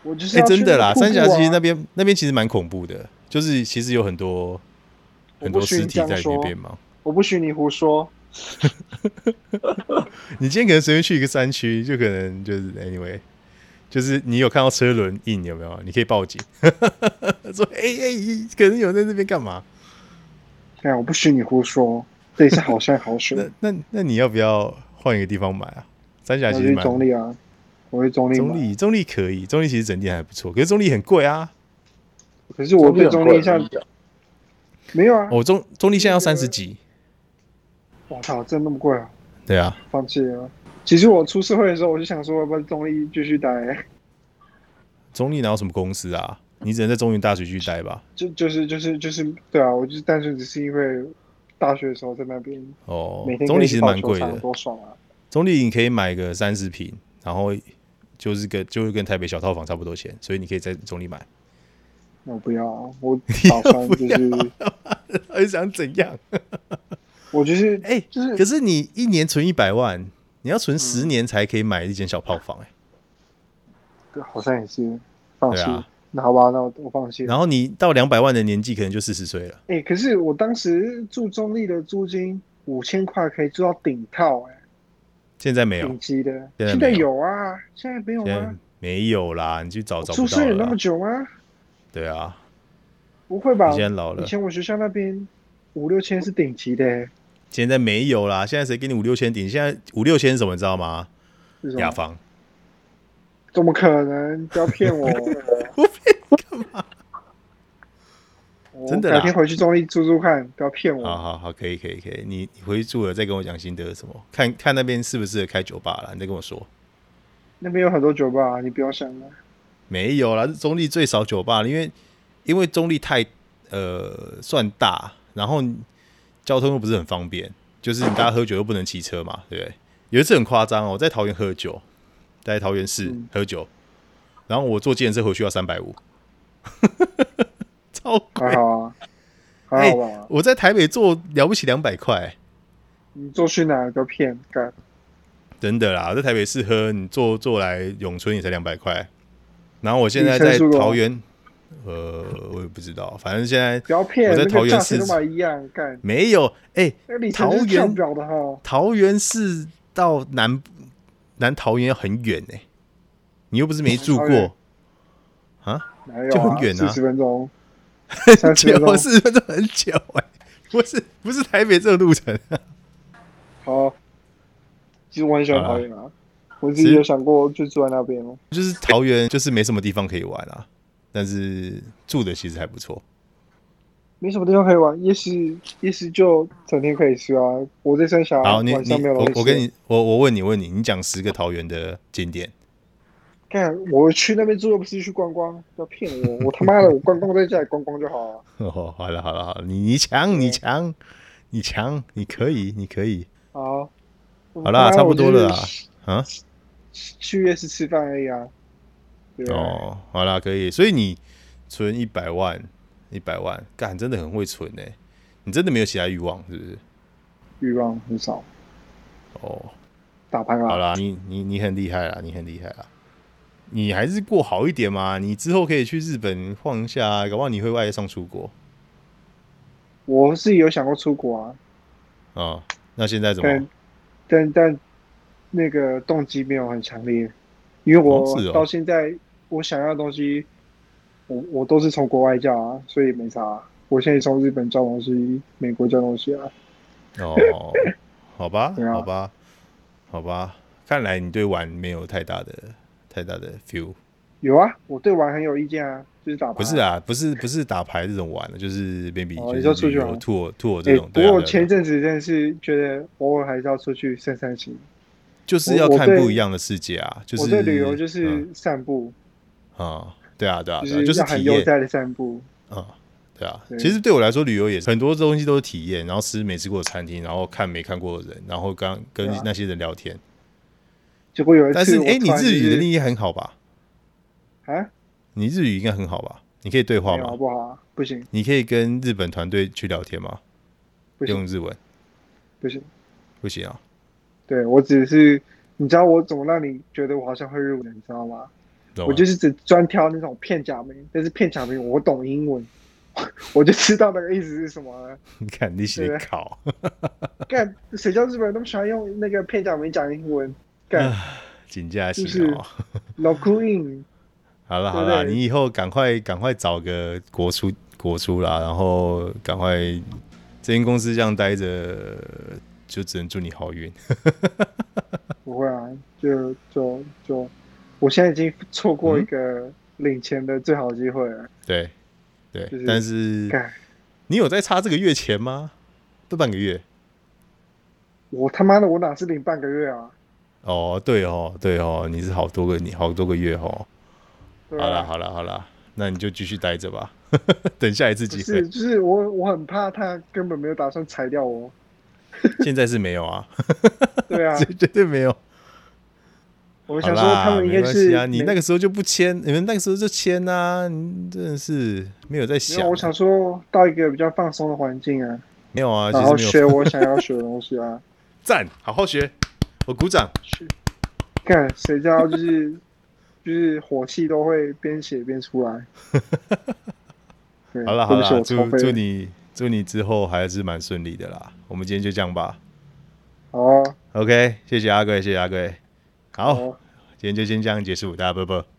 S4: 我就是
S2: 哎、
S4: 要去
S2: 真的啦，
S4: 瀑布啊
S2: 三峡其实那边那边其实蛮恐怖的，就是其实有很多
S4: 我
S2: 很
S4: 不
S2: 多
S4: 许
S2: 尸
S4: 你
S2: 体
S4: 这样
S2: 在里
S4: 说
S2: 面嘛。
S4: 我不许你胡说，
S2: 你今天可能随便去一个山区，就可能就是 anyway，就是你有看到车轮印有没有？你可以报警， 说哎哎、可能有人在这边干嘛？
S4: 对啊，我不许你胡说，这里是好山好水，
S2: 那那那你要不要换一个地方买啊？三峡
S4: 我
S2: 其实
S4: 去
S2: 蛮
S4: 中立啊，我去中立
S2: 中
S4: 嘛，
S2: 立中立可以，中立其实整体还不错，可是中立很贵啊。
S4: 可是我对中立
S3: 像
S4: 像没有啊，
S2: 哦，中中立现在要
S4: 那个
S2: 三十几，
S4: 我操，真那么贵啊！
S2: 对啊，
S4: 放弃了。其实我出社会的时候，我就想说，要不要中立继续待？
S2: 中立哪有什么公司啊？你只能在中原大学去待吧？
S4: 就就是就是就是，对啊，我就是单纯只是因为大学的时候在那边，
S2: 哦
S4: 每，天
S2: 中
S4: 可
S2: 立
S4: 以
S2: 其
S4: 去
S2: 实
S4: 跑
S2: 蛮
S4: 球
S2: 贵
S4: 场
S2: 的，
S4: 多爽啊！
S2: 中立你可以买个三十平，然后就是跟就是跟台北小套房差不多钱，所以你可以在中立买。
S4: 那我不要啊，我打算就是
S2: 还想怎样？
S4: 我就是
S2: 哎、
S4: 就是嗯
S2: 可是你一年存一百万，你要存十年才可以买一间小泡房、哎、
S4: 好像也是放
S2: 对
S4: 弃
S2: 啊。
S4: 那好吧，那我我放弃。
S2: 然后你到两百万的年纪，可能就四十岁了。
S4: 哎，可是我当时住中立的租金五千块可以住到顶套，哎，
S2: 现在没有
S4: 顶，级的。
S2: 现在没有
S4: 现在有啊，现在没有
S2: 现在
S4: 吗？
S2: 没有啦，你去找找
S4: 宿
S2: 不到
S4: 舍有
S2: 了
S4: 那么
S2: 啦。
S4: 久吗？
S2: 对啊，
S4: 不会吧
S2: 你？现在老了
S4: 以，前我学校那边五六千是顶级的、欸，
S2: 现在没有啦。现在谁给你五六千顶？现在五六千是什么？你知道吗？
S4: 是什
S2: 雅
S4: 么？
S2: 房。
S4: 怎么可能？不要骗我！
S2: 我骗你干嘛？
S4: 我
S2: 真的啦
S4: 改天回去中立住住看，不要骗我。
S2: 好好好，可以可以可以。你你回去住了再跟我讲心得什么？看看那边适不适合开酒吧啦，你再跟我说。
S4: 那边有很多酒吧，你不要想了。
S2: 没有啦，是中立最少酒吧了，因为因为中立太呃算大，然后交通又不是很方便，就是你大家喝酒又不能骑车嘛，对不对？有一次很夸张哦，我在桃园喝酒，在桃园市
S4: 嗯
S2: 喝酒，然后我坐计程车回去要三百五， 超贵！
S4: 还好啊，还
S2: 哎
S4: 好啊吧。
S2: 我在台北坐了不起两百块，
S4: 你坐去哪不要骗，干
S2: 真的啦，在台北市喝你坐坐来永春也才两百块，然后我现在
S4: 你
S2: 在
S4: 车速多
S2: 桃园，呃，我也不知道，反正现在
S4: 不要骗，
S2: 我在
S4: 那
S2: 桃
S4: 个
S2: 园
S4: 价
S2: 市
S4: 钱都买一样，干
S2: 没有，哎、
S4: 那个里程
S2: 桃
S4: 是跳
S2: 园
S4: 不了的哈。
S2: 桃园市到南南桃园很远哎、你又不是没住
S4: 桃园
S2: 过啊，
S4: 哪有、
S2: 就很远啊
S4: 四十分钟，
S2: 很
S4: 三十分
S2: 久，
S4: 钟
S2: 四十分钟很久哎、不是不是台北这种路程、啊
S4: 好。其实我很喜欢
S2: 好啦
S4: 桃园啊，我自己有想过就住在那边哦。
S2: 就是桃园就是没什么地方可以玩啊，但是住的其实还不错。
S4: 没什么地方可以玩，夜市夜市就整天可以吃啊。我在三峡
S2: 好，你
S4: 晚
S2: 你
S4: 上没有
S2: 我
S4: 东西吃啊
S2: 我跟你我我问你问你，你讲十个桃园的景点，
S4: 干，我去那边住又不是去观光，不要骗我！我他妈的，我观光在家里观光就好了、
S2: 哦，好了好了好了，你你强你强你强，你可以你可以
S4: 好，
S2: 好啦
S4: 我他妈
S2: 差不多了啦
S4: 我就是
S2: 啊。
S4: 去夜市吃饭而已啊。对啊，
S2: 哦，好啦，可以。所以你存一百万，一百万，干，真的很会存呢。你真的没有其他欲望，是不是？
S4: 欲望很少，
S2: 哦，
S4: 打牌
S2: 好
S4: 啊。
S2: 啦，你你你很厉害啦，你很厉害啦。你还是过好一点嘛，你之后可以去日本晃一下，啊搞不好你会外上出国
S4: 我是有想过出国啊，
S2: 啊、那现在怎么
S4: 但？但但那个动机没有很强烈，因为我
S2: 哦是哦
S4: 到现在、我想要的东西，我我都是从国外叫啊，所以没差啊、我现在从日本叫东西，美国叫东西啊，
S2: 哦，好吧，
S4: 对啊
S2: 好吧，好吧，看来你对玩没有太大的太大的 feel。
S4: 有啊，我对玩很有意见啊，就是打牌、
S2: 不是，啊，不是不是打牌这种玩的，就是 maybe 就
S4: 哦你
S2: 是
S4: 说出去
S2: 旅游
S4: 玩
S2: tour tour
S4: 哎、
S2: 这种。啊
S4: 不
S2: 对啊
S4: 过我
S2: 对啊
S4: 前阵子真的是觉得偶尔还是要出去散散心，
S2: 就是要
S4: 我我
S2: 看
S4: 对
S2: 不一样的世界啊，就是
S4: 我对旅游
S2: 嗯
S4: 就是散步，
S2: 啊、对啊，对啊，对啊，
S4: 就是
S2: 就是
S4: 要很
S2: 体
S4: 悠
S2: 验
S4: 哉的散步。
S2: 啊、对啊。
S4: 对
S2: 其实对我来说，旅游也是很多东西都是体验，然后吃没吃过的餐厅，然后看没看过的人，然后刚跟
S4: 对啊
S2: 那些人聊天。
S4: 结果有一次，
S2: 但是，哎，
S4: 哎，
S2: 你日语的力应该很好吧？
S4: 啊，
S2: 你日语应该很好吧？你可以对话
S4: 没有好
S2: 吗？
S4: 不好啊？不行，
S2: 你可以跟日本团队去聊天吗？
S4: 不行
S2: 用日文
S4: 不行。
S2: 不行啊。
S4: 对我只是，你知道我怎么让你觉得我好像会日文，你知道吗？
S2: 懂
S4: 我
S2: 吗
S4: 就是只专挑那种片假名，但是片假名我懂英文， 我就知道那个意思是什么了。
S2: 你 看你写
S4: 对
S2: 的
S4: 啊
S2: 考，
S4: 干，谁叫日本人那么喜欢用那个片假名讲英文？干，
S2: 请假洗
S4: 就是
S2: 脑。
S4: 老酷印，
S2: 好了好了，
S4: 对不对
S2: 你以后赶快赶快找个国出国出啦，然后赶快这间公司这样待着，就只能祝你好运。
S4: 不会啊，就就就，我现在已经错
S2: 嗯
S4: 过一个领钱的最好机会了。
S2: 对对，
S4: 就是
S2: 但是
S4: 干，
S2: 你有在差这个月钱吗？这半个月
S4: 我他妈的，我哪是领半个月啊？
S2: 哦，对哦对哦，你是好多个你好多个月哦。
S4: 对啊
S2: 好啦
S4: 吧、
S2: 好啦好啦，那你就继续待着吧， 等下一次
S4: 不
S2: 机
S4: 是，
S2: 会。
S4: 就是我我很怕他根本没有打算裁 掉我。
S2: 现在是没有啊，，
S4: 对啊
S2: 绝对没有。
S4: 我
S2: 好
S4: 想说他
S2: 啦，
S4: 们应
S2: 没
S4: 该
S2: 关
S4: 是
S2: 系啊，你那
S4: 没
S2: 个时候就不签，你们那个时候就签啊，你真的是没有在
S4: 没
S2: 想
S4: 有，
S2: 啊。
S4: 我想说到一个比较放松的环境啊，
S2: 没有啊，其
S4: 然后
S2: 实没
S4: 学
S2: 有。
S4: 我想要学的东西啊。
S2: 赞，好好学，我鼓掌。
S4: 去干，谁知道就是就是火气都会边写边 出来。对
S2: 好了好
S4: 对不起
S2: 了，
S4: 我超
S2: 祝
S4: 废
S2: 祝
S4: 了
S2: 你祝你之后还是蛮顺利的啦。我们今天就这样吧。
S4: 好啊
S2: OK，谢谢阿贵，谢谢阿贵。好，
S4: 好啊。
S2: 今天就先这样结束，大家拜拜。